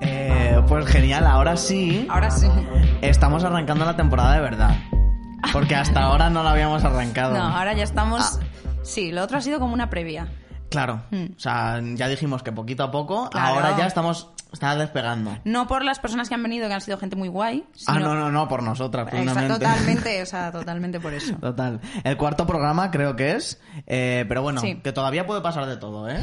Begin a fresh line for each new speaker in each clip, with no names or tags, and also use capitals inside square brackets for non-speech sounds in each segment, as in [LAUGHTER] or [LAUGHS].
Eh, pues genial, ahora sí.
Ahora sí.
Estamos arrancando la temporada de verdad. Porque hasta ahora no la habíamos arrancado.
No, ahora ya estamos... Sí, lo otro ha sido como una previa.
Claro. O sea, ya dijimos que poquito a poco,
Mm. Claro.
ahora ya estamos está despegando.
No por las personas que han venido, que han sido gente muy guay.
Ah,
sino-
no, no, no, por nosotras,
Está
plenamente.
totalmente, o sea, totalmente por eso.
[LAUGHS] Total. El cuarto programa creo que es, eh, pero bueno,
Sí.
que todavía puede pasar de todo,
[LAUGHS]
¿eh?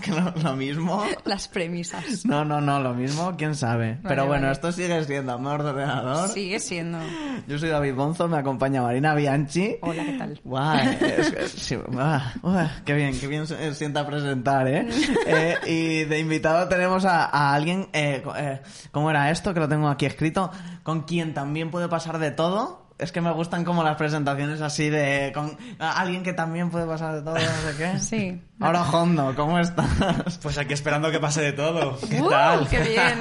que lo, lo mismo.
Las premisas.
No, no, no, lo mismo, quién sabe. pero bueno,
vale.
esto sigue siendo amor de ordenador.
Sigue siendo.
Yo soy David Bonzo, me acompaña Marina Bianchi.
Hola, ¿qué tal?
Guau, es que- sí, ah, uah, qué bien, qué bien se- sienta presentar, ¿eh? Eh, Y de invitado tenemos a, a alguien, eh, co- eh, ¿cómo era esto? Que lo tengo aquí escrito, con quien también puede pasar de todo. Es que me gustan como las presentaciones así de con a- alguien que también puede pasar de todo, no sé qué.
[LAUGHS]
Sí.
Ahora Hondo, ¿cómo estás?
Pues aquí esperando que pase de todo. ¿Qué
¡Uh,
tal?
¡Qué bien!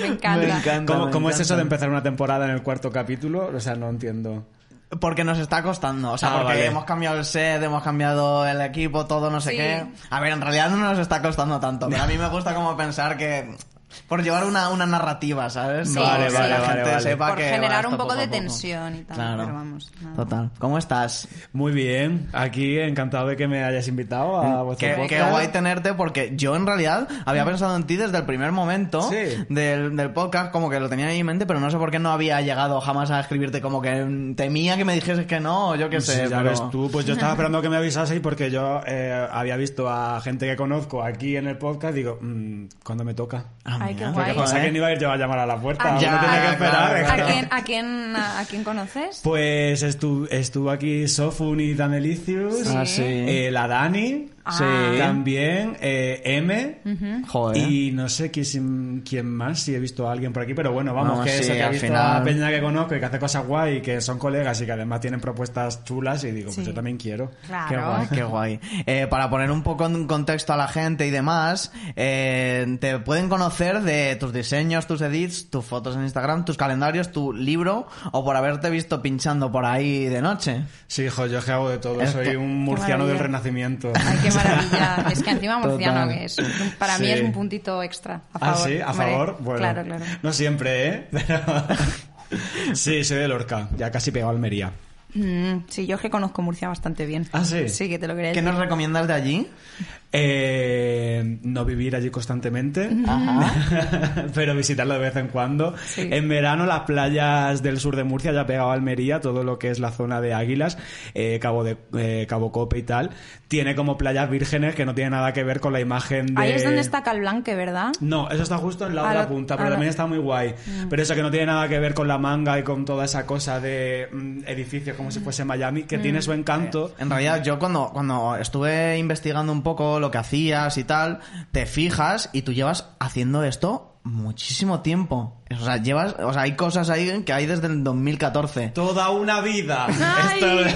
Me
[LAUGHS]
encanta.
Me encanta,
¿Cómo,
me
cómo es eso de
encanta.
empezar una temporada en el cuarto capítulo? O sea, no entiendo.
Porque nos está costando, o sea,
Ah,
porque
vale.
hemos cambiado el set, hemos cambiado el equipo, todo, no sé
Sí.
qué. A ver, en realidad no nos está costando tanto, pero a mí me gusta como pensar que... Por llevar una, una narrativa, ¿sabes?
Sí,
Como
Vale,
que
vale,
la
vale,
gente
vale.
sepa
Por
que va
generar
esto
un poco
poco a
de
poco.
tensión y tal,
Claro.
pero vamos, nada.
Total. ¿Cómo estás?
Muy bien. Aquí encantado de que me hayas invitado a vuestro
Qué,
podcast.
qué guay tenerte porque yo en realidad había pensado en ti desde el primer momento
Sí.
del, del podcast, como que lo tenía ahí en mente, pero no sé por qué no había llegado jamás a escribirte, como que mm, temía que me dijeses que no, o yo qué
Sí,
sé.
ya
pero-
ves tú, pues
[LAUGHS]
yo estaba esperando que me avisaseis porque yo eh, había visto a gente que conozco aquí en el podcast y digo, mm, ¿cuándo me toca?
Ah,
Ay, qué
mira.
Lo que
guay.
pasa es que
Joder.
no iba a ir yo a llamar a la puerta,
Ah,
uno
ya,
tenía que
claro,
esperar.
claro.
¿A
claro.
quién, a, quién, ¿A quién conoces?
Pues estu- estuvo aquí Sofun y Danelicius,
Ah, sí. Ah.
eh, la Dani,
Sí.
también eh, M,
Joder.
Y no sé quién, sin- quién más, si he visto a alguien por aquí, pero bueno, vamos,
Vamos,
que
sí,
eso, que
al
he visto
final.
a Peña que conozco y que hace cosas guay y que son colegas y que además tienen propuestas chulas y digo,
Sí.
pues yo también quiero.
Claro.
Qué guay, qué guay. Eh, para poner un poco en contexto a la gente y demás, eh, te pueden conocer de tus diseños, tus edits, tus fotos en Instagram, tus calendarios, tu libro o por haberte visto pinchando por ahí de noche.
Sí, hijo, yo es que hago de todo,
Esto-
soy un murciano
maravilla.
del
Ay,
renacimiento. [LAUGHS]
qué maravilla. Es que encima murciano
Total.
que es. Para mí
Sí.
es un puntito extra. A
ah,
favor.
sí, a
Hombre,
favor, bueno.
Claro, claro.
No siempre, ¿eh? [LAUGHS] Pero- sí, soy de Lorca, ya casi pegado a Almería.
Mm, sí, yo es que conozco Murcia bastante bien.
Ah, sí.
Sí, que te lo quería
¿Qué
decir.
nos recomiendas de allí?
Eh, no vivir allí constantemente, [LAUGHS] pero visitarlo de vez en cuando.
Sí.
En verano las playas del sur de Murcia, ya pegado a Almería, todo lo que es la zona de Águilas, eh, Cabo, de, eh, Cabo Cope y tal, tiene como playas vírgenes que no tiene nada que ver con la imagen de...
Ahí es donde está Calblanque, ¿verdad?
No, eso está justo en la
A
otra
la-
punta,
a
pero
la-
también está muy guay.
Mm.
Pero eso que no tiene nada que ver con la manga y con toda esa cosa de mm, edificios como si fuese Miami, que
Mm.
tiene su encanto.
Eh.
En realidad, yo cuando, cuando estuve investigando un poco lo que hacías y tal, te fijas y tú llevas haciendo esto muchísimo tiempo. O sea, llevas, o sea, hay cosas ahí que hay desde el 2014.
Toda una vida.
Ay.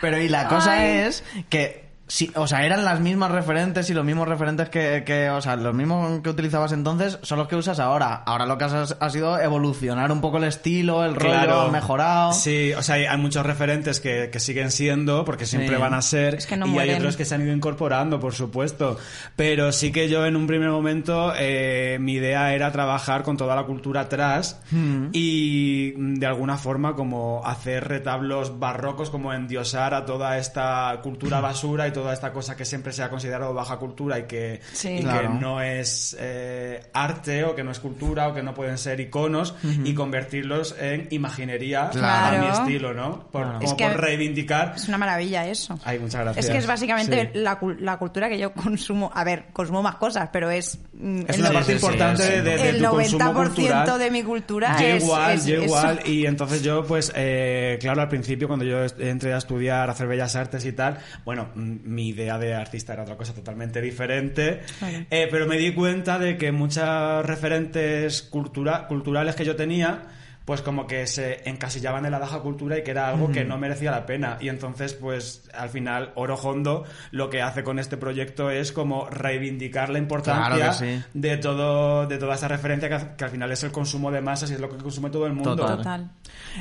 Pero y la cosa
Ay.
es que sí, o sea, eran las mismas referentes y los mismos referentes que, que, o sea, los mismos que utilizabas entonces son los que usas ahora. Ahora lo que has ha sido evolucionar un poco el estilo, el rollo, has mejorado.
Sí, o sea, hay, hay muchos referentes que, que siguen siendo, porque siempre
Sí.
van a ser.
Es que no
y
mueren.
hay otros que se han ido incorporando, por supuesto. Pero sí que yo en un primer momento eh, mi idea era trabajar con toda la cultura atrás
Hmm.
y mm, de alguna forma como hacer retablos barrocos, como endiosar a toda esta cultura basura y toda esta cosa que siempre se ha considerado baja cultura y que,
Sí.
y que
Claro.
no es eh, arte o que no es cultura o que no pueden ser iconos y convertirlos en imaginería
Claro.
a mi estilo, ¿no? Por,
Claro.
como
Es que-
por reivindicar.
Es una maravilla eso.
Ay, muchas gracias.
Es que es básicamente
Sí.
la, cul- la cultura que yo consumo. A ver, consumo más cosas, pero es. mm,
Es
el
la
no-
parte
sí, sí,
importante
sí.
de, de- de
el
tu consumo
90%
cultural.
de mi cultura
Yo
es.
igual,
es-
yo
es-
igual. Y entonces yo, pues, eh, claro, al principio cuando yo est- entré a estudiar, a hacer bellas artes y tal, bueno, mm, mi idea de artista era otra cosa totalmente diferente,
Claro.
Eh, pero me di cuenta de que muchas referentes cultura- culturales que yo tenía, pues como que se encasillaban en la baja cultura y que era algo que no merecía la pena. Y entonces, pues, al final, Orojondo lo que hace con este proyecto es como reivindicar la importancia
Claro que sí.
de todo de toda esa referencia que, que al final es el consumo de masas y es lo que consume todo el mundo.
Total.
Total.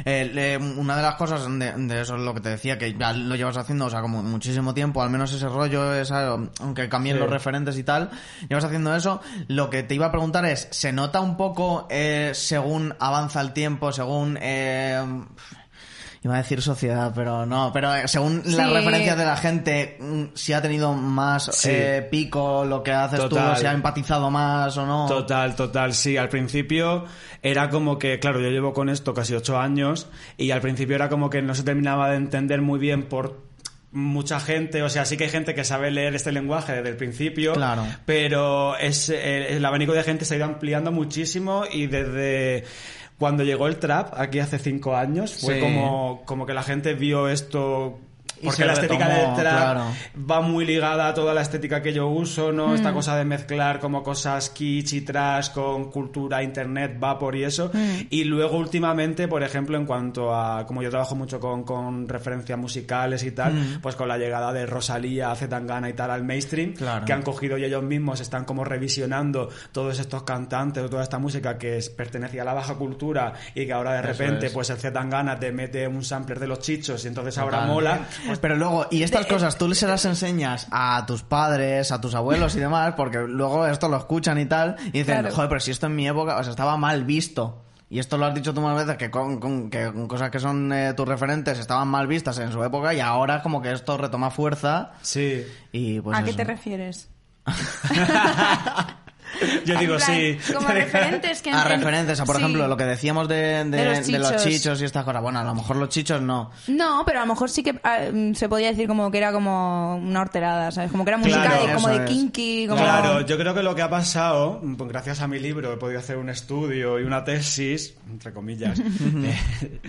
eh, le- una de las cosas de, de eso es lo que te decía, que ya lo llevas haciendo, o sea, como muchísimo tiempo, al menos ese rollo, esa, aunque cambien
Sí.
los referentes y tal, llevas haciendo eso. Lo que te iba a preguntar es, ¿se nota un poco eh, según avanza el tiempo, según... eh, Iba a decir sociedad, pero no. Pero eh, según las
Sí.
referencias de la gente, mm, si ha tenido más
Sí.
eh, pico lo que haces
Total.
tú, si ha empatizado más o no.
Total, total, sí. Al principio era como que, claro, yo llevo con esto casi ocho años y al principio era como que no se terminaba de entender muy bien por mucha gente, o sea, sí que hay gente que sabe leer este lenguaje desde el principio,
Claro.
pero es, eh, el abanico de gente se ha ido ampliando muchísimo y desde cuando llegó el trap, aquí hace cinco años, fue
Sí.
como, como que la gente vio esto...
Y
Porque
se
la estética
retomó,
del trap
claro.
va muy ligada a toda la estética que yo uso, ¿no?
Mm.
Esta cosa de mezclar como cosas kitsch y trash con cultura, internet, vapor y eso.
Mm.
Y luego últimamente, por ejemplo, en cuanto a, como yo trabajo mucho con, con referencias musicales y tal,
Mm.
pues con la llegada de Rosalía, Zetangana y tal al mainstream,
Claro.
que han cogido y ellos mismos están como revisionando todos estos cantantes o toda esta música que es- pertenecía a la baja cultura y que ahora de
Eso
repente
es.
pues el Zetangana te mete un sampler de los chichos y entonces ahora
Total.
mola.
Pues
Pero luego, y estas cosas tú se las enseñas a tus padres, a tus abuelos y demás, porque luego esto lo escuchan y tal, y dicen,
Claro.
joder, pero si esto en mi época, o sea, estaba mal visto. Y esto lo has dicho tú más veces, que con, con- que con cosas que son eh, tus referentes estaban mal vistas en su época y ahora como que esto retoma fuerza
Sí.
y pues...
¿A qué
eso.
te refieres?
Yo
En
digo
plan,
sí. [LAUGHS]
Como referentes que
A
en- en-
referencias, a por
sí.
ejemplo, lo que decíamos de, de-
De los
de los
chichos.
chichos y estas cosas. Bueno, a lo mejor los chichos no.
No, pero a lo mejor sí que ah, mm, se podía decir como que era como una horterada, ¿sabes? Como que era música
Claro,
de, como
eso
de
es.
kinky, como...
Claro, yo creo que lo que ha pasado, pues, gracias a mi libro he podido hacer un estudio y una tesis, entre comillas, eh,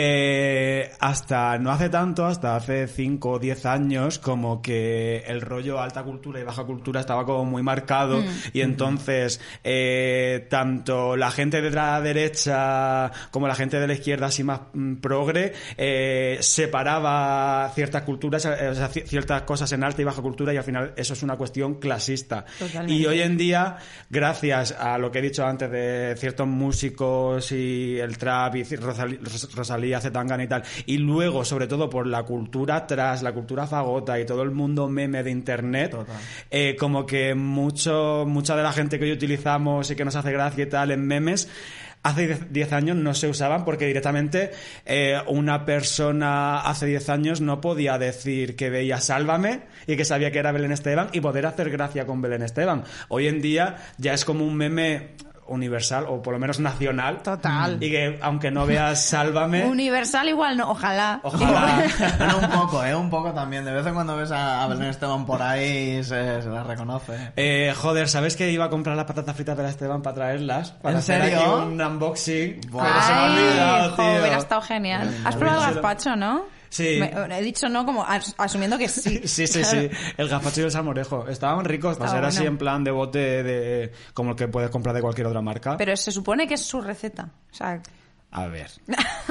que hasta no hace tanto, hasta hace 5 o 10 años, como que el rollo alta cultura y baja cultura estaba como muy marcado y entonces eh, tanto la gente de la derecha como la gente de la izquierda así más mm, progre eh, separaba ciertas culturas, eh, o sea, ci- ciertas cosas en alta y baja cultura y al final eso es una cuestión clasista.
Totalmente.
Y hoy en día, gracias a lo que he dicho antes de ciertos músicos y el trap y ci- Rosali- Ros- Rosalía, Zetangana y tal, y luego, sobre todo, por la cultura tras, la cultura fagota y todo el mundo meme de internet, eh, como que mucho, mucha de la gente que hoy utilizamos y que nos hace gracia y tal en memes, Hace 10 10 años no se usaban porque directamente eh, una persona hace 10 años no podía decir que veía Sálvame y que sabía que era Belén Esteban y poder hacer gracia con Belén Esteban. Hoy en día ya es como un meme universal o por lo menos nacional.
Total.
Y que aunque no
[LAUGHS]
veas Sálvame,
Universal igual no, ojalá.
ojalá.
Pero un poco, ¿eh? Un poco también. De vez en cuando ves a, a Belén Esteban por ahí y se, se la reconoce.
Eh, joder, ¿sabes que iba a comprar las patatas fritas de la Esteban para traerlas? Para
¿En
hacer
serio?
aquí un unboxing.
Buah.
Pero se me ha
Ay,
olvidado,
jo,
tío.
hubiera estado genial.
Bien,
Has probado
bien.
gazpacho, ¿no?
Sí.
Me- he dicho no como as- asumiendo que sí.
[LAUGHS] Sí, sí, sí. El gazpacho y el salmorejo. Estaban ricos. Para
Estaba
ser así
Ah, bueno.
en plan de bote de... como el que puedes comprar de cualquier otra marca.
Pero se supone que es su receta. O sea, [LAUGHS]
A ver.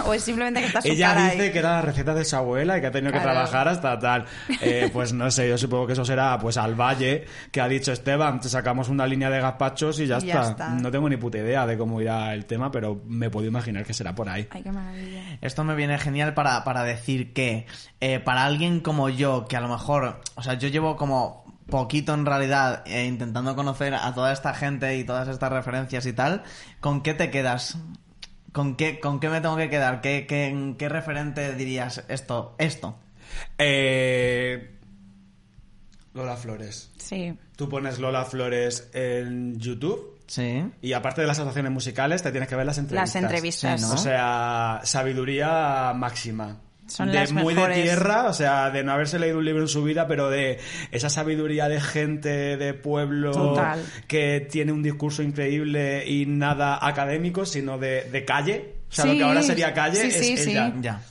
o es simplemente que está su cara
Ella
ahí.
dice que era la receta de su abuela y que ha tenido que
Claro.
trabajar hasta tal. Eh, pues no sé, yo supongo que eso será pues al valle que ha dicho Esteban, te sacamos una línea de gazpachos y ya,
Y ya
está.
está.
No tengo ni puta idea de cómo irá el tema, pero me puedo imaginar que será por ahí.
Ay, qué maravilla.
Esto me viene genial para, para decir que eh, para alguien como yo, que a lo mejor, o sea, yo llevo como poquito en realidad eh, intentando conocer a toda esta gente y todas estas referencias y tal, ¿con qué te quedas? ¿Con qué, con qué me tengo que quedar? ¿Qué, qué, qué referente dirías esto? Esto.
Eh... Lola Flores.
Sí.
Tú pones Lola Flores en YouTube
Sí.
Y aparte de las actuaciones musicales, te tienes que ver las entrevistas.
Las entrevistas.
Sí, ¿no?
O sea, sabiduría máxima.
Son
de
las
muy de
mejores.
tierra, o sea, de no haberse leído un libro en su vida, pero de esa sabiduría de gente de pueblo
Total.
que tiene un discurso increíble y nada académico, sino de, de calle. O sea, lo
Sí.
que ahora sería calle
Sí,
es
sí, sí.
ella.
Ya.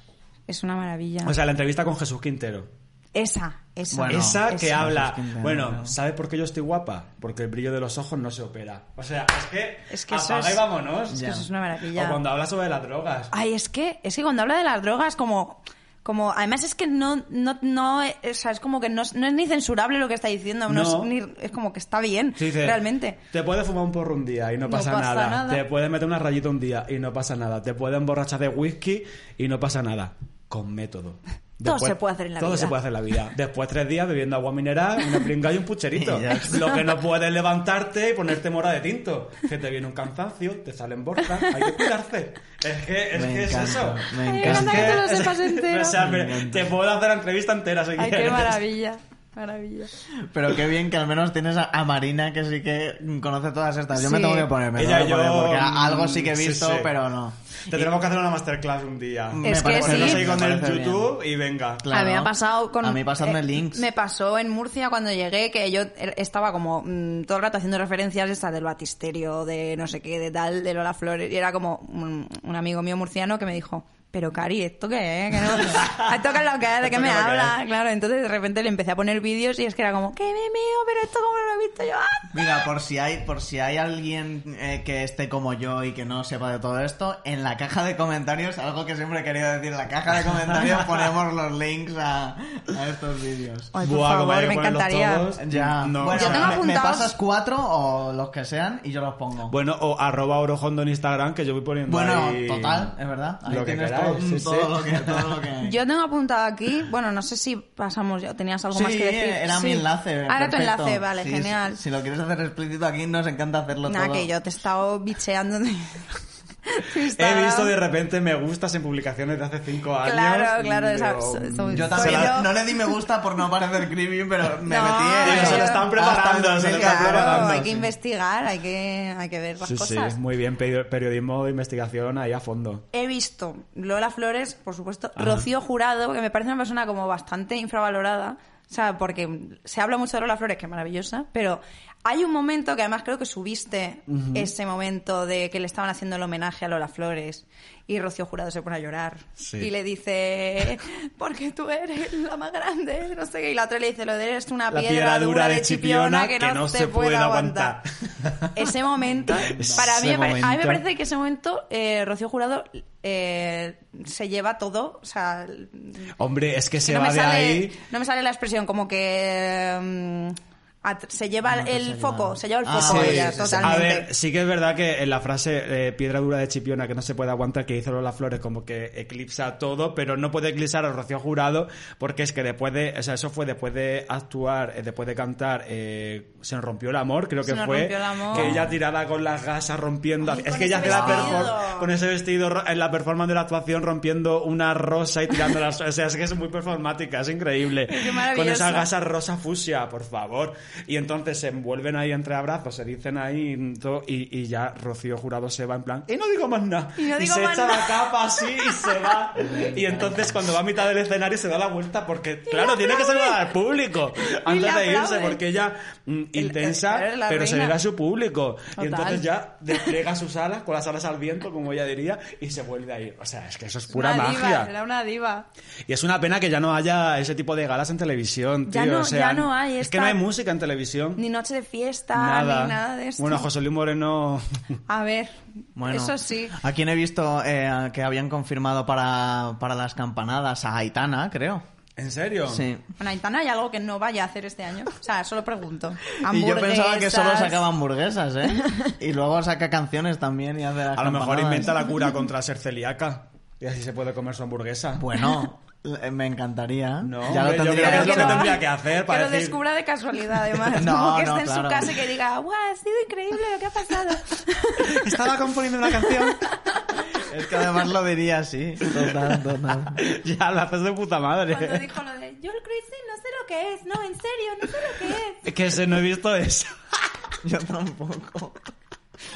Es una maravilla.
O sea, la entrevista con Jesús Quintero.
esa, esa.
Bueno,
Esa que
esa.
habla,
Jesús Quintero,
bueno,
claro.
¿sabes por qué yo estoy guapa? Porque el brillo de los ojos no se opera. O sea, es que,
Es que eso
apaga y
es-
vámonos.
Es que
Ya.
eso es una
O
maravilla. Ah,
cuando habla sobre las drogas.
Ay, es que, es que cuando habla de las drogas, como, Como, además es que no, no, no, eh, o sea, es como que no, es- no es ni censurable lo que está diciendo, no, Es,
No.
ni- es como que está bien,
Sí, dice, [LAUGHS]
realmente.
Te puedes fumar un porro un día y no
No
pasa,
pasa
nada.
nada.
Te puedes meter una rayita un día y no pasa nada. Te puedes emborrachar de whisky y no pasa nada. Con método.
[LAUGHS] Todo se puede hacer en la
todo
vida.
se puede hacer en la vida. Después tres días bebiendo agua mineral, una pringa y un pucherito.
[LAUGHS] Y ya está.
Lo que no puedes es levantarte y ponerte mora de tinto. Que te viene un cansancio, te salen borras, hay que cuidarse. Es que es,
Me
que es
encanta,
eso.
me
Ay, me
Es
encanta que te lo
es-
sepas entero.
o sea,
Me
me-
encanta.
te puedo hacer la entrevista entera si
Ay, qué
quieres.
maravilla, maravilla.
Pero qué bien que al menos tienes a, a Marina que sí que conoce todas estas. Yo me
Sí.
tengo que ponerme,
Ella,
me tengo que
yo, mm,
poner, porque a- algo sí que he
sí,
visto,
sí.
pero no.
Te tenemos que hacer una masterclass un día.
Me
Es que
parece-
sí.
Ponernos ahí con
Mm. me
el
parece bien.
YouTube y venga.
Claro.
A mí me ha pasado con...
A mí pasadme
eh,
links.
Me pasó en Murcia cuando llegué que yo er- estaba como mm, todo el rato haciendo referencias estas del batisterio, de no sé qué, de tal, de Lola Flores. Y era como un, un amigo mío murciano que me dijo... Pero Cari, ¿esto qué es?
[LAUGHS]
Que no... ¿Esto qué es lo que es? ¿De qué
¿Esto qué
me
es lo que
hablas? Claro, entonces de repente le empecé a poner vídeos y es que era como... ¡Qué mío! ¿Pero esto cómo lo he visto yo ¡Ah! antes?
Mira, por si hay, por si hay alguien eh, que esté como yo y que no sepa de todo esto, en la caja de comentarios, algo que siempre he querido decir, en la caja de
[LAUGHS]
comentarios ponemos los links a, a estos vídeos.
Ay, por
Buah, como
favor,
hay que
me
ponerlos
encantaría.
todos.
Ya,
No.
bueno,
Yo tengo
me- me,
apuntados-
pasas cuatro o los que sean y yo los pongo.
Bueno, o arroba orojondo en Instagram, que yo voy poniendo
Bueno,
ahí-
total, es verdad. Ahí
Lo que
tienes
queráis,
todo,
sí,
todo
sí.
Lo
[LAUGHS]
que, todo lo que hay.
Yo tengo apuntado aquí, bueno, no sé si pasamos ya, tenías algo
Sí,
más que decir.
era mi
Sí.
enlace.
Ah, era
perfecto.
tu enlace, vale,
Sí,
genial.
Si, si lo quieres hacer explícito aquí, nos encanta hacerlo
Nada,
todo.
que yo te he estado
[LAUGHS]
bicheando. de- tu
He
Instagram.
visto de repente me gustas en publicaciones de hace 5 años.
Claro, claro,
y
esa-
digo,
so- so-
Yo
Pues Soy
también
yo.
no le di me gusta por no parecer creepy, pero me
No,
metí.
Pero
eh,
se lo están
hasta
preparando,
el
se lo
final.
están
Claro,
preparando,
hay que
sí.
investigar, hay que, hay que ver las
Sí, sí,
cosas.
muy bien, peri- periodismo de investigación ahí a fondo.
He visto Lola Flores, por supuesto, Rocío Jurado, que me parece una persona como bastante infravalorada. O sea, porque se habla mucho de Lola Flores, que es maravillosa, pero hay un momento que además creo que subiste ese momento de que le estaban haciendo el homenaje a Lola Flores y Rocío Jurado se pone a llorar
Sí.
y le dice, porque tú eres la más grande, no sé qué, y la otra le dice, lo de eres una
La
piedra,
piedra
dura de chipiona, que, no, se, puede aguantar.
aguantar.
Ese [LAUGHS] momento, para mí, me
Ese
pare- a mí me
momento.
parece que ese momento eh, Rocío Jurado eh, se lleva todo, o sea, que
Hombre, es que se
no,
va
me
de
sale,
ahí.
no me sale la expresión, como que mm, at- se lleva
No te
el
sale
foco,
nada.
se lleva el
Ah,
foco
sí, sí,
ella,
sí.
totalmente.
A ver, sí que es verdad que en la frase eh, piedra dura de chipiona que no se puede aguantar, que hizo Lola Flores, como que eclipsa todo, pero no puede eclipsar a Rocío Jurado, porque es que después de, o sea, eso fue después de actuar, eh, después de cantar, eh, se nos rompió el amor, creo
Se
que
nos
fue.
rompió el amor.
Que ella tirada con las gasas rompiendo.
Ay,
es
con
que ella
ese
hace la
vestido.
perfor- con ese vestido ro- en la performance de la actuación rompiendo una rosa y tirando las. O sea, es que es muy performática, es
[LAUGHS]
increíble. con
maravillosa.
esas gasas esa rosa fusia, por favor. Y entonces se envuelven ahí entre abrazos, se dicen ahí mm, todo, y, y ya Rocío Jurado se va en plan, y no digo más nada.
Y no digo
se
más
echa
nada.
la capa así y
[LAUGHS]
se va. Y entonces cuando va a mitad del escenario se da la vuelta porque, claro, tiene que
aplaude.
saludar al público antes de
aplaude.
irse porque ella mm, intensa,
pero es la
pero se
reina.
llega a su público.
Total.
Y entonces ya despliega sus alas, con las alas al viento, como ella diría, y se vuelve a ir. O sea, es que eso es pura
una
magia.
diva, era una diva.
Y es una pena que ya no haya ese tipo de galas en televisión,
Ya
tío.
no-
o sea,
ya no hay
Es
esta-
que no hay música en televisión.
Ni noche de fiesta,
nada.
ni nada de esto.
Bueno, José Luis Moreno. [LAUGHS]
A ver,
Bueno,
eso sí.
¿A quién he visto eh, que habían confirmado para, para las campanadas? A Aitana, creo.
¿En serio?
Sí.
Bueno, Aitana, ¿hay algo que no vaya a hacer este año? O sea, solo pregunto.
Y yo pensaba que solo
Hamburguesas.
sacaba hamburguesas, ¿eh?
[LAUGHS]
Y luego saca canciones también y hace las
A lo mejor
campanadas.
inventa la cura contra ser celíaca. Y así se puede comer su hamburguesa.
Bueno, eh, me encantaría.
No,
ya lo
hombre, yo
tendría
creo que es lo
hecho.
que tendría que hacer para
que lo
decir-
descubra de casualidad,
[LAUGHS]
además.
No,
como que
no,
esté en
claro.
su casa y que diga, ¡guau! Ha sido increíble lo que ha pasado.
[LAUGHS] Estaba componiendo una [LAUGHS] canción.
Es que además lo diría
[LAUGHS]
así. Total, total.
ya, lo haces de puta
Cuando
madre.
dijo lo de, yo el cruising no sé lo que es, no, en serio, no sé lo que es.
Es que se no he visto eso.
[LAUGHS]
[LAUGHS] Yo tampoco.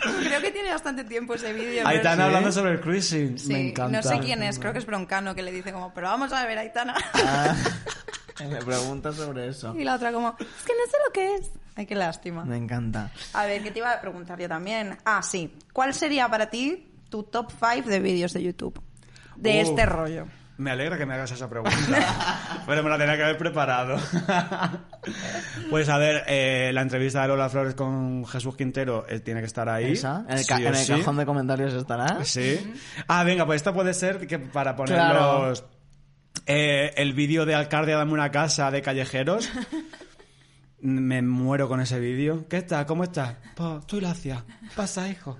Creo que tiene bastante tiempo ese vídeo. pero
Aitana
sí.
hablando sobre el cruising.
sí,
Me encanta.
No sé quién es, creo que es Broncano que le dice como, pero vamos a ver, Aitana.
[LAUGHS]
Ah, le pregunta sobre eso.
[LAUGHS] Y la otra como, es que no sé lo que es. Ay, qué lástima.
Me encanta.
A ver, ¿qué te iba a preguntar yo también? Ah, sí. ¿Cuál sería para ti tu top 5 de vídeos de YouTube? De
Uh.
este rollo.
Me alegra que me hagas esa pregunta. [LAUGHS] Pero me la tenía que haber preparado. [LAUGHS] pues a ver, eh, la entrevista de Lola Flores con Jesús Quintero eh, tiene que estar ahí.
Esa, en el, ca-
Sí o
en el
sí.
cajón de comentarios estará.
Sí. Ah, venga, pues esta puede ser que para poner
Claro.
los... eh, el vídeo de Alcalde Dame una casa
[LAUGHS]
de callejeros. Me muero con ese vídeo. ¿Qué tal? ¿Cómo estás? Pa, estoy lacia. Pasa, hijo.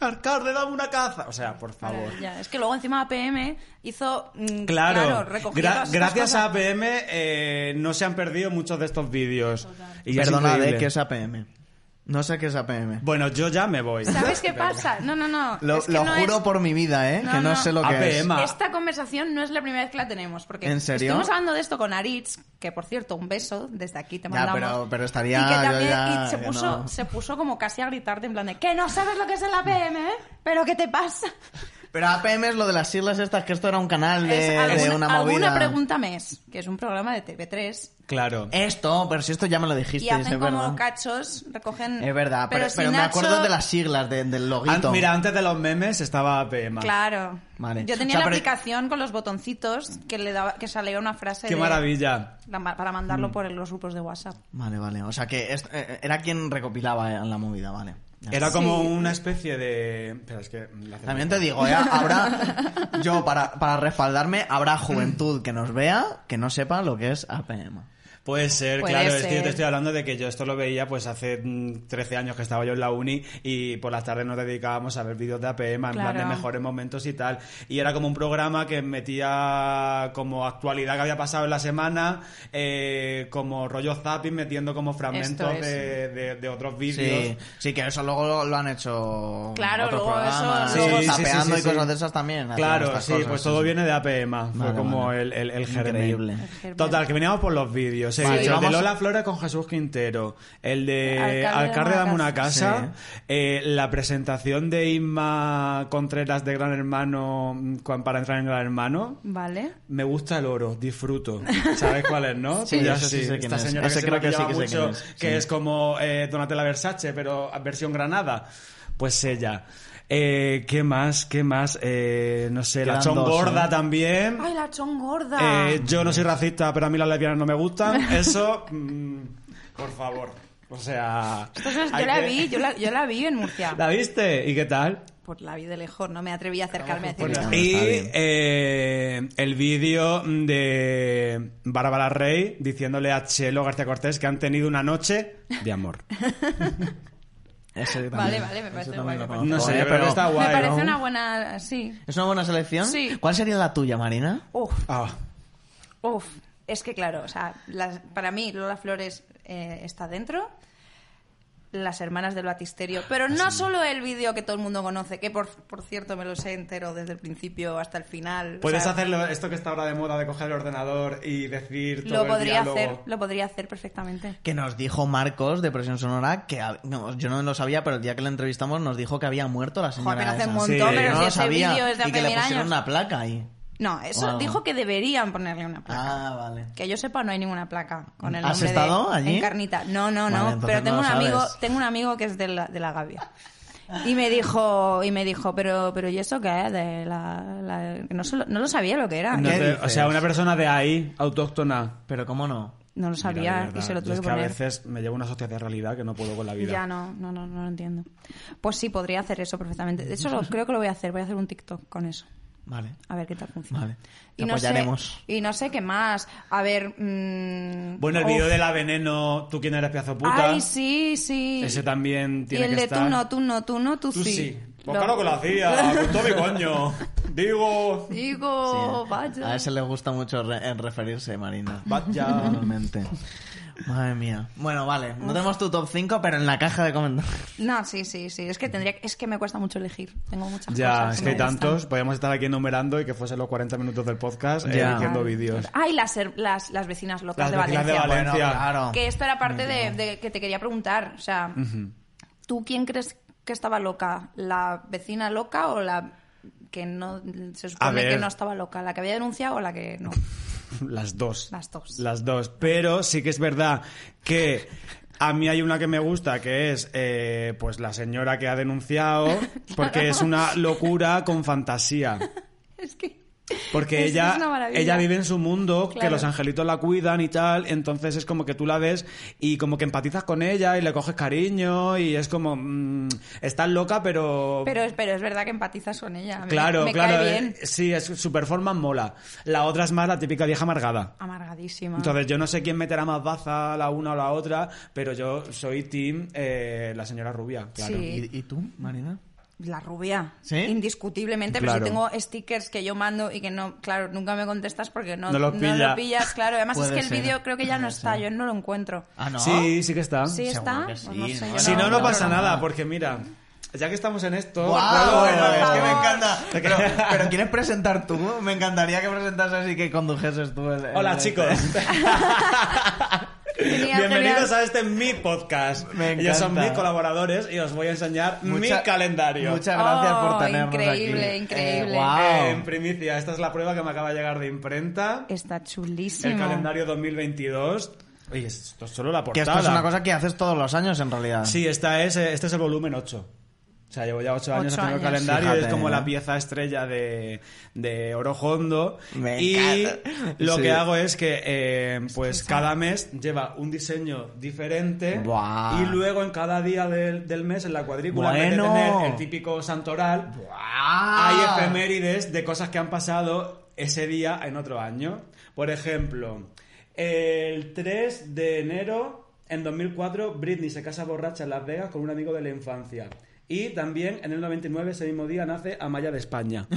Alcalde, dame una caza. O sea, por favor.
Ya, es que luego encima APM hizo. mm,
Claro,
recogía
gra-
todas esas
gracias a
cosas.
APM eh, no se han perdido muchos de estos vídeos. Y es
Perdona, de
increíble.
eh, que es APM. No sé qué es APM.
Bueno, yo ya me voy. [LAUGHS]
¿Sabes qué
Venga.
pasa? No, no, no.
Lo,
es que
lo
no
juro
es-
por mi vida, ¿eh?
No,
que no,
no.
sé lo que es.
APM. Ma.
Esta conversación no es la primera vez que la tenemos. Porque
¿En serio?
Estuvimos hablando de esto con Aritz, que por cierto, un beso, desde aquí te
Ya,
mandamos.
pero- pero estaría-
Y que
yo
también
ya-
y se,
ya
puso,
no.
se puso como casi a gritarte en plan de que no sabes lo que es el APM, ¿eh? ¿Pero qué te pasa?
Pero APM es lo de las siglas estas, que esto era un canal de,
Es
de
alguna,
una
alguna
movida.
pregúntame es, que es un programa de TV3.
Claro.
Esto, pero si esto ya me lo dijiste,
Y hacen
es
como
verdad.
cachos, recogen.
Es verdad, pero,
si
pero me
Nacho-
acuerdo de las siglas, de- del
An-
loguito.
Ah, mira, antes de los memes estaba APM.
Claro.
Vale.
Yo
O sea,
tenía la
pero-
aplicación con los botoncitos que le daba, que salía una frase
Qué
de-
maravilla. Mm.
la- para mandarlo por los grupos de WhatsApp.
Vale, vale. O sea que es- eh, era quien recopilaba eh, la movida, vale. Ya.
Era como
Sí.
una especie de... Espera, es que... la cerveza-
Ah, También te digo,
[LAUGHS]
¿eh? habrá, yo para, para respaldarme, habrá juventud que nos vea que no sepa lo que es APM.
Puede ser,
Puede
claro. Es que yo
ser.
te estoy hablando de que yo esto lo veía pues hace mm, 13 años que estaba yo en la uni y por las tardes nos dedicábamos a ver vídeos de APM, en plan
Claro.
de mejores momentos y tal. Y era como un programa que metía como actualidad que había pasado en la semana, eh, como rollo zapping, metiendo como fragmentos
es.
de, de- de otros vídeos.
Sí, sí, que eso luego lo, lo han hecho.
Claro,
otros
luego eso-
programas,
luego-
luego
Sí, sí,
sí,
tapeando
sí,
y cosas
sí.
de esas también. hacían
Claro,
estas
sí,
cosas,
pues todo viene de APM,
Vale,
fue como
vale.
el, el, el germen.
Increíble.
germen.
Total, que veníamos por los vídeos. He
Vale,
dicho, el de
vamos-
Lola Flores con Jesús Quintero, el de
Alcalde,
Alcalde dame una casa,
Sí.
eh, la presentación de Inma Contreras de Gran Hermano mm, cuan- para entrar en Gran Hermano.
Vale.
Me gusta el oro, disfruto. ¿Sabes cuál es, no?
Sí,
Tú ya
ese sí sé quién
Esta
es.
señora
Ese
que se
creo que sí
maquillaba
que sé
mucho,
quién es.
que
Sí.
es como eh, Donatella Versace, pero versión Granada. Pues ella. Eh, ¿Qué más? ¿Qué más? Eh, no sé, la
Quedan
Chon
dos,
Gorda
¿eh?
también.
¡Ay, la chongorda!
Eh, yo no soy racista, pero a mí las lesbianas no
[LAUGHS]
me gustan. Eso, mm, por favor. O sea.
Entonces,
hay
yo la
que-
vi, yo la, yo la vi en Murcia.
[LAUGHS] ¿La viste? ¿Y qué tal?
Por la vi de lejos, no me atreví a acercarme a
Por
decirlo.
la-
Y
Está bien.
eh, el vídeo de Bárbara Rey diciéndole a Chelo García Cortés que han tenido una noche de amor.
Ese también.
Vale, vale, me
Ese
parece
también
guay,
lo
me
conozco,
parece
¿eh?
guay. Pero está guay,
me parece
¿no?
una buena... Sí.
¿Es una buena selección?
Sí.
¿Cuál sería la tuya, Marina?
Uf,
Ah,
uf. Es que claro, o sea, las- para mí Lola Flores eh, está dentro. Las hermanas del batisterio.
Ah,
Pero no solo el vídeo que todo el mundo conoce, que por, por cierto me lo sé entero desde el principio hasta el final. o
Puedes
sea,
hacerlo esto que está ahora de moda de coger el ordenador y decir todo
Lo
el
podría
diálogo.
hacer, lo podría hacer perfectamente.
Que nos dijo Marcos de Presión Sonora que hab- no, yo no lo sabía, pero el día que la entrevistamos nos dijo que había muerto la señora.
Joder, pero hace
esa.
un montón,
Sí, pero
Yo
pero
no
si
lo
ese vídeo
sabía
es de
y que
hace
le
mil
pusieron
años.
una placa ahí.
No, eso
Ah.
Wow.
dijo que deberían ponerle una placa.
Ah, vale.
Que yo sepa no hay ninguna placa con el
¿Has
nombre
estado
de
allí?
en Carnita. No, no,
Vale,
no,
entonces
pero tengo
no
un
lo
amigo,
sabes.
tengo un amigo que es de la, de la Gavia. Y me dijo, y me dijo, pero, pero ¿y eso qué es? De la, la- que no, se lo- no lo sabía lo que era.
No
¿Qué
te- o
dices?
sea, una persona de ahí, autóctona,
Pero cómo no.
No lo
Mira, de
sabía
verdad,
y se lo
yo
tuve
es
que
que a
poner.
veces me llevo una hostia de realidad que no puedo con la vida.
Ya no, no, no, no lo entiendo. Pues sí, podría hacer eso perfectamente. De hecho, lo- creo que lo voy a hacer. Voy a hacer un TikTok con eso.
Vale.
A ver qué tal funciona.
Vale. Pues
Y no, sé,
Apoyaremos.
y no sé qué más. A ver. mm,
Bueno, el
uf.
vídeo de la veneno, tú quién eres piazo puta.
Ay, sí, sí.
Ese también
y
tiene
el
que
de
estar.
tú no, tú no, tú no, tú,
Tú sí. Pues
Lo-
claro que lo
[LAUGHS]
hacía, ¿eh? con todo mi coño. Digo,
Digo, Oh, vaya.
A ese le gusta mucho re- eh, referirse, Marina.
vaya.
Normalmente. Madre mía. Bueno, vale. No tenemos tu top 5, pero en la caja de comentarios.
No, sí, sí, sí. Es que tendría, es que me cuesta mucho elegir. Tengo muchas
Ya,
cosas.
es
me
que hay
gustan.
tantos, podríamos estar aquí enumerando y que fuesen los 40 minutos del podcast eh,
Ya.
haciendo
Claro.
vídeos.
Ah, y las, her- las, las vecinas locas
Las vecinas de Ah,
de Valencia.
Valencia.
claro.
Que esto era parte de, de que te quería preguntar. O sea, ¿tú quién crees que estaba loca? ¿La vecina loca o la que no se
A
supone
ver.
que no estaba loca? ¿La que había denunciado o la que
[LAUGHS]
no?
Las dos.
Las dos.
Las dos. Pero sí que es verdad que a mí hay una que me gusta, que es eh, pues la señora que ha denunciado, porque es una locura con fantasía.
es que
Porque
Es-
ella,
es una maravilla.
ella vive en su mundo, que
Claro.
los angelitos la cuidan y tal, entonces es como que tú la ves y como que empatizas con ella y le coges cariño y es como, mm, estás loca, pero...
Pero, es- pero es verdad que empatizas con ella. A mí
claro,
me
claro.
Cae
eh,
bien.
Sí, es, su performance mola. La otra es más la típica vieja amargada.
Amargadísima.
Entonces yo no sé quién meterá más baza, la una o la otra, pero yo soy team eh, la señora rubia, claro.
Sí.
¿Y, y tú, Marina?
La rubia.
¿Sí?
Indiscutiblemente, pero
Claro.
si tengo stickers que yo mando y que no, claro, nunca me contestas porque no,
No lo pilla.
pillas, claro. Además es
Puede
que el
ser.
vídeo creo que ya no está, yo no lo
[LAUGHS]
encuentro.
Ah, no.
Sí, sí que está.
Sí está.
Seguro que sí,
Pues no sé,
¿no?
yo
Si no, no pasa
no.
nada, porque mira, ya que estamos en esto...
¡Guau!
puedo-
por
es que me
favor.
encanta. Pero, pero ¿quieres presentar tú? Me encantaría que presentases y que condujeses tú. el- el-
Hola chicos,
Genial,
bienvenidos
genial.
a este Mi Podcast.
Me
Ellos son
encanta.
mis colaboradores y os voy a enseñar
[LAUGHS] Mucha-
mi calendario.
Muchas gracias
Oh,
por tenernos
increíble,
aquí.
increíble.
Eh, guau.
Eh, en primicia, esta es la prueba que me acaba de llegar de imprenta.
Está chulísimo.
El calendario 2022. Oye, esto es solo la
Que
portada.
esto es una cosa que haces todos los años en realidad.
Sí, esta es, eh, este es el volumen 8. O sea, llevo ya 8 años
Ocho
haciendo el
años.
calendario y
Fíjate,
es como
¿eh?
la pieza estrella de, de Orojondo.
Me
y
encanta.
lo
Sí.
que hago es que, eh, pues cada mes lleva un diseño diferente
Buah.
y luego en cada día del, del mes en la cuadrícula, en vez de
Bueno.
tener el típico santoral, hay
Ah.
efemérides de cosas que han pasado ese día en otro año. Por ejemplo, el 3 de enero en 2004, Britney se casa borracha en Las Vegas con un amigo de la infancia. Y también en el 99, ese mismo día, nace Amaya de España.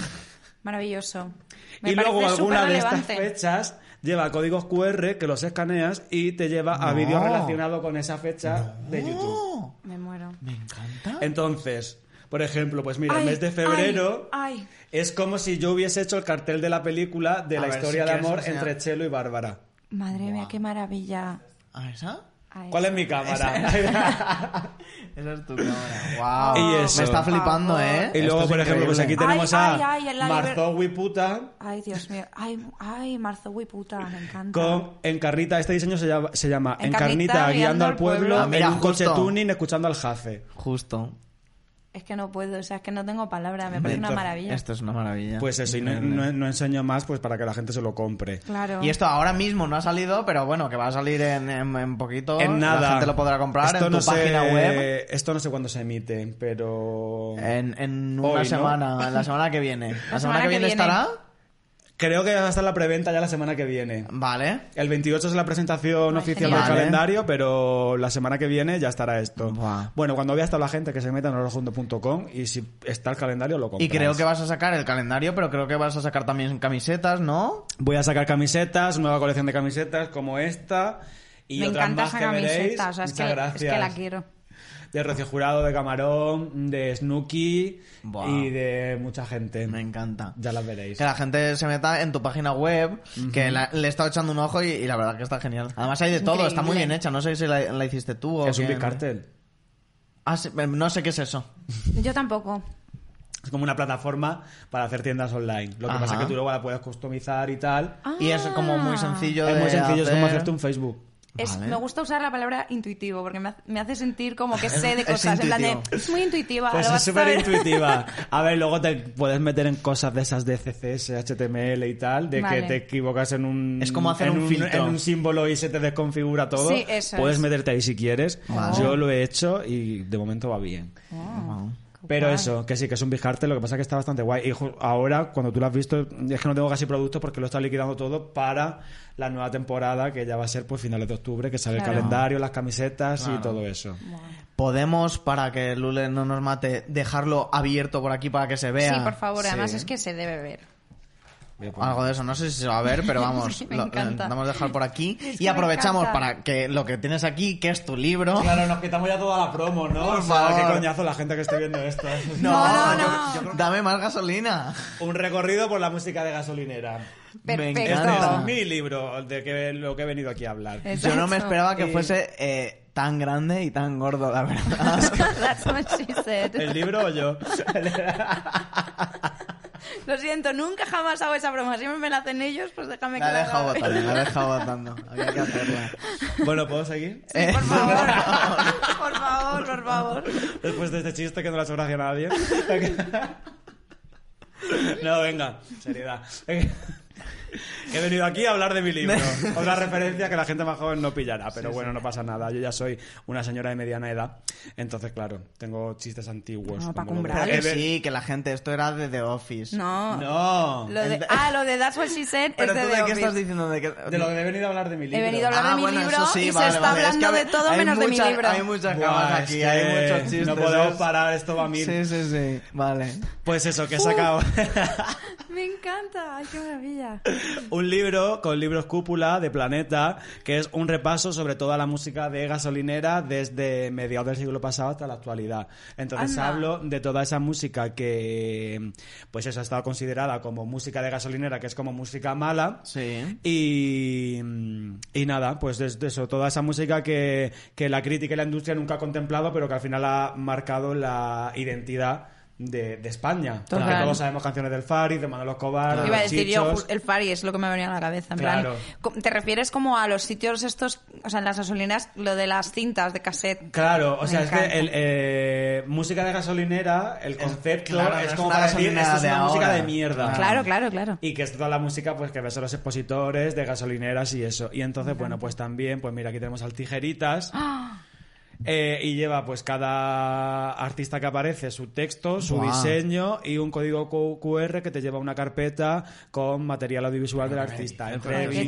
Maravilloso. [LAUGHS] Me
y
parece
luego alguna de estas
superrelevante.
fechas lleva códigos QR que los escaneas y te lleva a
No.
vídeos relacionados con esa fecha de YouTube.
Oh,
Me muero.
me encanta.
Entonces, por ejemplo, pues mira,
Ay,
el mes de febrero...
Ay, ay.
Es como si yo hubiese hecho el cartel de la película de
A
la
ver,
historia
si
de
quieres
amor
enseñar.
entre Chelo y Bárbara.
Madre mía, qué maravilla.
¿Ah, esa?
Ay,
¿Cuál es mi [LAUGHS] cámara?
[LAUGHS] Esa es tu cámara.
Y
Wow.
eso.
Me está
Por
flipando,
favor.
¿eh?
y
Esto
luego,
es
por ejemplo, pues aquí
increíble.
tenemos
Ay,
a
ay, ay, la liber-
Marzo Wiputa
Ay, Dios mío. Ay, ay, Marzo, uy, puta, me encanta.
con Encarnita. Este diseño se llama, se llama
Encarnita,
Encarnita,
guiando
guiando
al
al
pueblo.
pueblo
Ah, mira,
en un coche
justo.
tuning escuchando al Jace.
Justo.
Es que no puedo, o sea, es que no tengo palabras, me parece una
Entonces,
maravilla.
Esto es una maravilla.
Pues eso, y no,
Increíble.
no- no enseño más pues para que la gente se lo compre.
Claro.
Y esto ahora mismo no ha salido, pero bueno, que va a salir en, en- en poquito.
En nada.
La gente lo podrá comprar
Esto
en tu
no sé-
página web. Eh.
Esto no sé cuándo se emite, pero...
En, en
Hoy,
una
¿no?
semana, en la semana que viene. ¿La, semana, que, viene, estará?
Creo que va a estar la preventa ya la semana que viene.
Vale.
El 28 es la presentación
Ay,
oficial
genial.
del
Vale.
calendario, pero la semana que viene ya estará esto.
Buah.
Bueno, cuando vea hasta la gente que se meta en orojunto.com y si está el calendario lo compras.
Y creo que vas a sacar el calendario, pero creo que vas a sacar también camisetas, ¿no?
voy a sacar camisetas, nueva colección de camisetas como esta y
me
otras
encanta
más
esa
que veréis.
camiseta, o sea, es
Muchas
que, es
gracias.
que la quiero.
De Rocío Jurado, de Camarón, de Snooki
Buah.
y de mucha gente.
Me encanta.
Ya las veréis.
Que la gente se meta en tu página web, que la- le he estado echando un ojo y, y la verdad que está genial. Además hay de todo, está muy
Increíble.
bien hecha. No sé si la, la hiciste tú o
Es un
quién.
bicartel.
Ah, sí, eh, no sé qué es eso.
Yo tampoco.
Es como una plataforma para hacer tiendas online. Lo que
Ajá.
pasa es que tú luego la puedes customizar y tal.
Y es como muy
Ah.
sencillo
Es
de
muy sencillo, es
hacer.
como hacerte un Facebook.
Es-
Vale.
Me gusta usar la palabra intuitivo porque me, hace- me hace sentir como
[LAUGHS]
que sé de
Es
cosas. en plan de,
intuitivo.
es muy intuitiva.
Pues
Ah, lo
es
vas a
súper
saber. [LAUGHS]
intuitiva. A ver, luego te puedes meter en cosas de esas de CSS, HTML y tal, de
Vale.
que te equivocas en un...
Es como hacer
en
un filtro.
En un símbolo y se te desconfigura todo.
Sí, eso
Puedes
es.
meterte ahí si quieres.
Vale.
Yo lo he hecho y de momento va bien.
Wow.
Ah.
Pero
Guay.
eso, que sí, que es un bigarte, lo que pasa es que está bastante guay. Y ju- ahora, cuando tú lo has visto, es que no tengo casi productos porque lo está liquidando todo para la nueva temporada, que ya va a ser pues finales de octubre, que sale
Claro.
el calendario, las camisetas
Claro.
y todo eso.
Podemos, para que Lule no nos mate, dejarlo abierto por aquí para que se vea.
Sí, por favor, además
Sí.
es que se debe ver.
Voy a poner-
Algo de eso, no sé si se va a ver,
[LAUGHS]
pero vamos,
Sí, me
lo, lo
encanta.
intentamos dejar por aquí.
Es que
y
me
aprovechamos
encanta.
para que lo que tienes aquí, que es tu libro. [LAUGHS]
Claro, nos quitamos ya toda la promo, ¿no?
Por
o sea,
favor.
qué coñazo la gente que esté viendo esto. ¿eh?
No, no,
yo-
no.
yo creo que- dame más gasolina.
Un recorrido por la música de gasolinera.
Perfecto.
Me
Este
encanta.
es mi libro de que, lo que he venido aquí a hablar.
Eh.
Yo no me
Exacto.
esperaba que
Y-
fuese eh, tan grande y tan gordo, la verdad.
That's what she said.
Ah. ¿El libro o yo?
Lo siento, nunca jamás hago esa broma. Siempre [LAUGHS] me la hacen ellos, pues déjame
La
que
he
la
dejado
haga.
votando, la he dejado votando. Había que hacerla.
bueno, ¿puedo seguir?
[LAUGHS] Sí,
[LAUGHS]
[LAUGHS]
por favor. [LAUGHS] por favor, por favor.
Después de este chiste que no le ha hecho gracia a nadie. [LAUGHS] No, venga, seriedad. He venido aquí a hablar de mi
[LAUGHS]
libro. Otra referencia que la gente más joven no pillará, pero bueno, no pasa nada. Yo ya soy una señora de mediana edad, entonces claro, tengo chistes antiguos.
No, Paco
como lo de-
Umbral.
Que
Ever-
sí, que la gente, esto era de The Office.
No.
No.
Lo de-
El de-
Ah, lo de That's What She Said
Pero
es
tú
de
de,
The
qué
Office.
estás diciendo de que
De lo que he venido a hablar de mi libro.
He venido a hablar de mi
Ah, eso
libro y se está
Es
hablando
hab-
de todo
hay
menos de mi
muchas-
libro.
Hay muchas
Buah,
camas
es
aquí,
que
hay muchos chistes.
No podemos
¿sabes?
parar, esto va a mil.
Sí, sí, sí. Vale.
Pues eso, que he sacado
Me encanta, ay, qué maravilla.
un libro con libros cúpula de Planeta, que es un repaso sobre toda la música de gasolinera desde mediados del siglo pasado hasta la actualidad. Entonces
Anda.
hablo de toda esa música que, pues eso, ha estado considerada como música de gasolinera, que es como música mala.
Sí.
Y, y nada, pues es de eso, toda esa música que, que la crítica y la industria nunca ha contemplado, pero que al final ha marcado la identidad de, de España. Porque
Total.
todos sabemos canciones del Fari, de Manolo Escobar, de
Iba a
los
decir yo,
Chichos.
ju- el Fari es lo que me ha venido a la cabeza. En
Claro.
plan, co- ¿Te refieres como a los sitios estos, o sea, en las gasolineras, lo de las cintas de cassette?
Claro, o
Me
sea, es que
encanta.
el, eh, música de gasolinera, el concepto
claro,
es
es
como
una
para decir,
gasolinera
esto es
de
una música
ahora".
de mierda.
Claro, claro, claro.
Y que es toda la música pues que ves a los expositores de gasolineras y eso. Y entonces, bueno, pues también, pues mira, aquí tenemos al Tijeritas.
Ah.
Eh, y lleva pues cada artista que aparece su texto, su
Guau.
diseño y un código Q- QR que te lleva a una carpeta con material audiovisual del artista.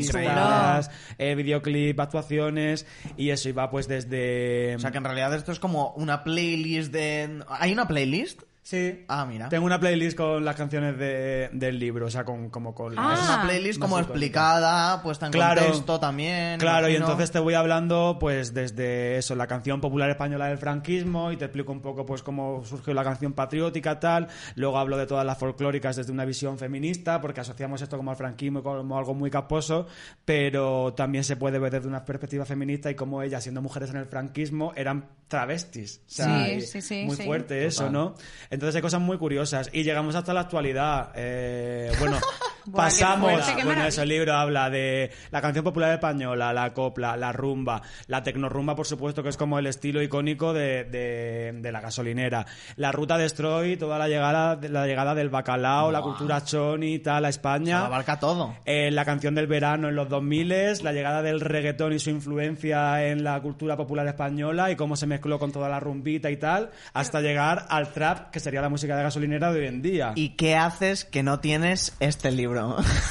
Entrevistas, eh, videoclip, actuaciones y eso. Y va pues desde...
O sea que en realidad esto es como una playlist de... ¿Hay una playlist?
Sí.
Ah, mira.
Tengo una playlist con las canciones de- del libro, o sea, con, como con...
Ah.
Es
las-
una playlist
Más
como
icónica.
explicada, puesta en
Claro.
contexto también.
Claro, y
imagino.
entonces te voy hablando pues desde eso, la canción popular española del franquismo y te explico un poco pues cómo surgió la canción patriótica tal, luego hablo de todas las folclóricas desde una visión feminista porque asociamos esto como al franquismo y como algo muy caposo, pero también se puede ver desde una perspectiva feminista y cómo ellas siendo mujeres en el franquismo eran travestis, o sea,
Sí,
y
sí, sí,
muy
sí.
fuerte eso,
Total.
¿no? Entonces hay cosas muy curiosas y llegamos hasta la actualidad, eh, bueno,
[LAUGHS] Buah, qué
pasamos,
fuerte, qué
bueno,
maravilla.
eso, el libro habla de la canción popular española, la copla, la rumba, la tecnorumba, por supuesto, que es como el estilo icónico de, de- de la gasolinera. La ruta destroy, toda la llegada, la llegada del bacalao, la cultura choni y tal a
O sea,
España.
lo abarca todo.
Eh, la canción del verano en los 2000, la llegada del reggaetón y su influencia en la cultura popular española y cómo se mezcló con toda la rumbita y tal, hasta llegar al trap, que sería la música de gasolinera de hoy en día.
¿Y qué haces que no tienes este
[LAUGHS]
libro?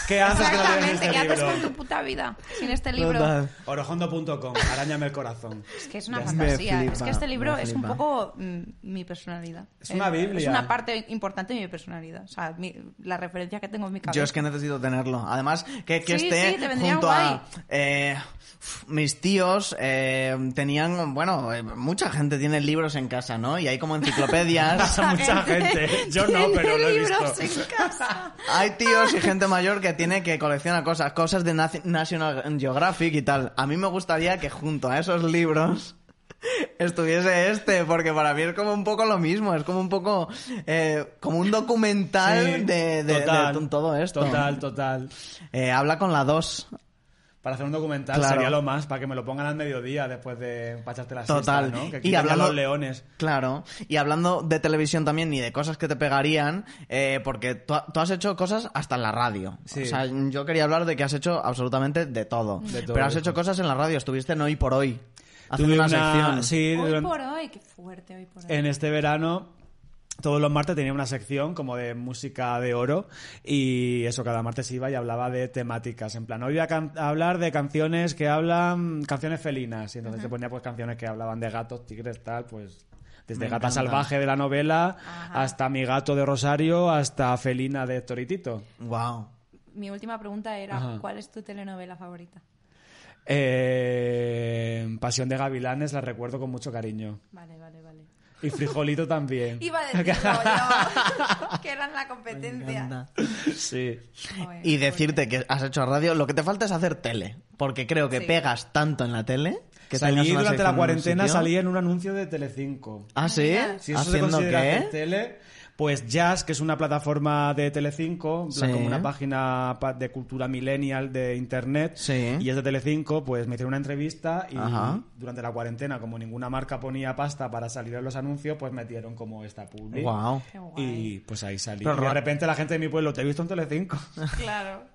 qué haces con
Exactamente,
este
¿qué haces
libro?
con tu puta vida sin este libro?
Total.
Orojondo.com, arañame el corazón.
Es que es una
Ya está.
fantasía.
Me
es
flipa,
que este libro
me
es un
flipa.
poco mm, mi personalidad.
Es una Biblia.
Es una parte importante de mi personalidad. O sea, mi- la referencia que tengo en mi cabeza.
Yo es que necesito tenerlo. Además, que, que
Sí,
esté
sí, te vendría
junto
guay.
a... eh, uf, mis tíos eh, tenían... Bueno, eh, mucha gente tiene libros en casa, ¿no? Y hay como
[LAUGHS]
enciclopedias.
Pasa mucha gente. Yo no,
Tiene
pero lo he
libros
visto.
en casa.
Hay tíos y gente mayor que tiene que colecciona cosas, cosas de Naci- National Geographic y tal. A mí me gustaría que junto a esos libros [LAUGHS] estuviese este, porque para mí es como un poco lo mismo, es como un poco eh, como un documental
Sí,
de, de- de
total,
todo esto.
Total, total.
Eh, habla con la 2.
Para hacer un documental
Claro.
sería lo más, para que me lo pongan al mediodía después de pacharte la
Total.
siesta, ¿no? Que
Y
quiten ya
hablando-
los leones.
Claro, y hablando de televisión también y de cosas que te pegarían, eh, porque tú, ha- tú has hecho cosas hasta en la radio.
Sí.
O sea, yo quería hablar de que has hecho absolutamente de todo.
De todo,
pero has
hijo.
hecho cosas en la radio, estuviste en Hoy por Hoy, haciendo
Tuve
una,
una-
sección.
[LAUGHS] sí,
Hoy
durante-
por hoy, qué fuerte hoy por hoy.
en este verano todos los martes tenía una sección como de música de oro y eso cada martes iba y hablaba de temáticas en plan hoy voy a, can- a hablar de canciones que hablan canciones felinas y entonces te ponía pues canciones que hablaban de gatos tigres tal pues desde
Me
gata
encanta.
salvaje de la novela hasta mi gato de Rosario hasta felina de Toritito
Wow.
Mi última pregunta era,
Ajá.
¿cuál es tu telenovela favorita?
Eh, pasión de gavilanes la recuerdo con mucho cariño
Vale, vale, vale.
y
[LAUGHS]
frijolito también
Iba a
[LAUGHS]
decirlo yo, [LAUGHS] que eran la competencia.
sí
Joder,
Y
qué
decirte que has hecho radio, lo que te falta es hacer tele, porque creo que
Sí.
pegas tanto en la tele que tengas
salí
una
durante
sección en
la
un
cuarentena
sitio.
salí en un anuncio de Telecinco
Ah, sí,
Mira.
si eso se
haciendo
considera hacer
qué?
tele Pues Jazz, que es una plataforma de Telecinco, en plan
Sí.
como una página pa- de cultura millennial de internet,
Sí.
y es de Telecinco, pues me hicieron una entrevista y
Ajá.
durante la cuarentena, como ninguna marca ponía pasta para salir en los anuncios, pues metieron como esta publi.
Wow.
Qué guay.
Y pues ahí salí.
Pero
Y de
Ro-
repente la gente de mi pueblo, te he visto en Telecinco.
Claro.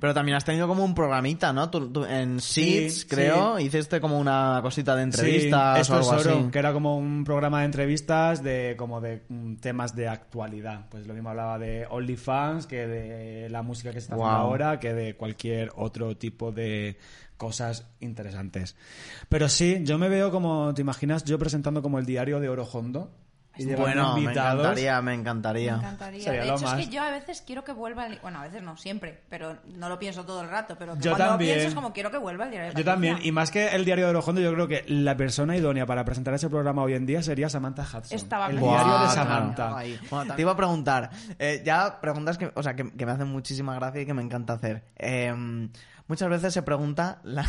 Pero también has tenido como un programita, ¿no? Tú- tú en
Sí,
Seeds, creo, hiciste como una cosita de entrevistas
Sí,
o
esto es
algo
oro,
así.
que era como un programa de entrevistas de como de mm, temas de actualidad. Pues lo mismo hablaba de OnlyFans que de la música que se está haciendo
Guau.
ahora, que de cualquier otro tipo de cosas interesantes. Pero sí, yo me veo como, ¿te imaginas? Yo presentando como el diario de Orojondo. Y llevando
Bueno, me
invitados.
encantaría, me
Me
encantaría.
encantaría.
Sería
de
lo
hecho,
más.
es que yo a veces quiero que vuelva el... Bueno, a veces no, siempre, pero no lo pienso todo el rato. Pero que
Yo
cuando
también.
lo pienso es como quiero que vuelva el diario de
Yo
Patricia.
también, y más que el diario de Orojondo, yo creo que la persona idónea para presentar ese programa hoy en día sería Samantha Hudson.
Estaba
el
pensando.
diario de
Guau,
Samantha.
claro. Ahí. Bueno, te iba a preguntar, eh, ya preguntas que, o sea, que, que me hacen muchísima gracia y que me encanta hacer. Eh, muchas veces se pregunta la-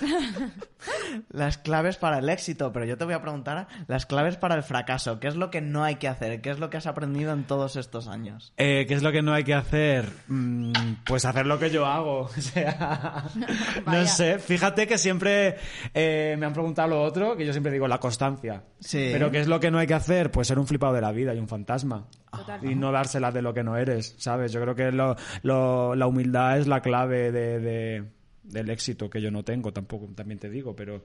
[LAUGHS] las claves para el éxito, pero yo te voy a preguntar las claves para el fracaso. ¿Qué es lo que no hay que hacer? ¿Qué es lo que has aprendido en todos estos años?
Eh, ¿Qué es lo que no hay que hacer? Mm, pues hacer lo que yo hago. [LAUGHS] O sea, no
Vaya.
sé. Fíjate que siempre eh, me han preguntado lo otro, que yo siempre digo la constancia.
Sí.
Pero ¿qué es lo que no hay que hacer? Pues ser un flipado de la vida y un fantasma.
Total.
Y no dárselas de lo que no eres, ¿sabes? Yo creo que lo- lo- la humildad es la clave de- de- del éxito que yo no tengo, tampoco, también te digo, pero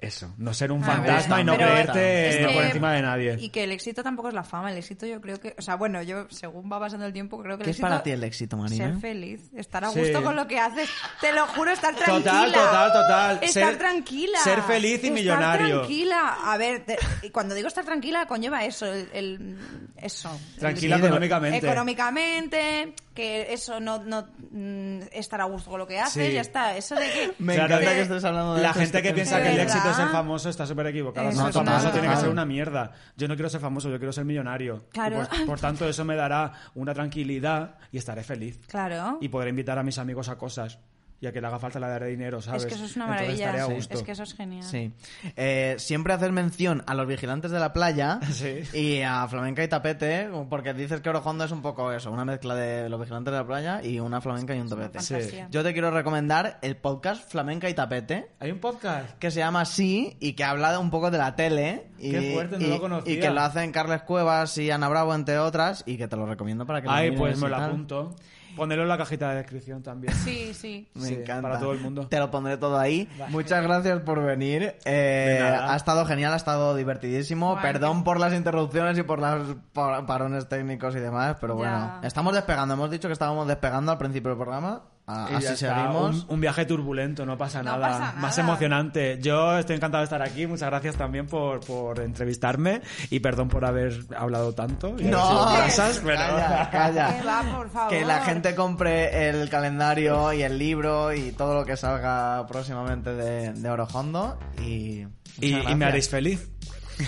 eso, no ser un
Ah,
fantasma
bueno,
y no
pero
creerte
es que-
por encima de nadie.
Y que el éxito tampoco es la fama. El éxito yo creo que... O sea, bueno, yo según va pasando el tiempo creo que el
¿Qué es
éxito...
para ti el éxito, Marina?
Ser feliz, estar a
Sí.
gusto con lo que haces. Te lo juro, estar tranquila.
Total, total, total.
Estar
Ser-
tranquila.
ser feliz y
Estar
millonario.
tranquila. A ver, te- y cuando digo estar tranquila, conlleva eso. El, el- eso.
Tranquila
El-
económicamente.
Económicamente, que eso no, no mm, estar a gusto con lo que haces,
Sí.
ya está. Eso de que.
Me
Claro,
encanta
de-
que estés hablando de
La
esto,
gente
estoy
que piensa que
pensando.
el
eh, ¿Verdad?
éxito es ser famoso está súper equivocada.
Eso
No,
es
famoso
una-
tiene que ser una mierda. Yo no quiero ser famoso, yo quiero ser millonario.
Claro.
Y Por, por tanto, eso me dará una tranquilidad y estaré feliz.
Claro.
Y podré invitar a mis amigos a cosas. Y a que le haga falta le daré dinero, pues, ¿sabes?
Es que eso es una
Entonces
maravilla.
estaré a
Sí.
gusto.
Es que eso es genial.
Sí. Eh, siempre hacer mención a los vigilantes de la playa
[LAUGHS] Sí.
y a Flamenca y Tapete, porque dices que Orojondo es un poco eso, una mezcla de los vigilantes de la playa y una flamenca y un tapete.
Sí.
Fantasía.
Yo te quiero recomendar el podcast Flamenca y Tapete,
Hay un podcast.
que se llama así y que habla de un poco de la tele. Y,
Qué fuerte, no
y-
lo conocía.
y que lo hacen Carles Cuevas y Ana Bravo, entre otras, y que te lo recomiendo para que lo
Ay,
mires
pues me
y
lo
tal.
apunto. Ponelo en la cajita de descripción también.
Sí, sí.
Me
Sí,
encanta.
para todo el mundo.
Te lo pondré todo ahí. Muchas gracias por venir. Eh,
De nada.
ha estado genial, ha estado divertidísimo.
Guay.
Perdón por las interrupciones y por los pa- parones técnicos y demás, pero
Ya.
bueno. Estamos despegando. Hemos dicho que estábamos despegando al principio del programa. Ah,
Y ya
Así
está.
seguimos.
Un, un viaje turbulento, no pasa,
No
nada.
pasa nada.
Más emocionante. Yo estoy encantado de estar aquí. Muchas gracias también por, por entrevistarme y perdón por haber hablado tanto.
[LAUGHS]
y haber sido grasas, pero-
calla, calla.
Que va, por
[LAUGHS]
favor.
Que la gente compre el calendario y el libro y todo lo que salga próximamente de, de Orojondo. Y,
[LAUGHS]
muchas
Y, y me
gracias.
haréis feliz.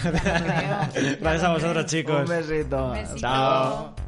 Ya lo creo.
Gracias a vosotros,
Un
chicos.
besito.
Besito.
Chao.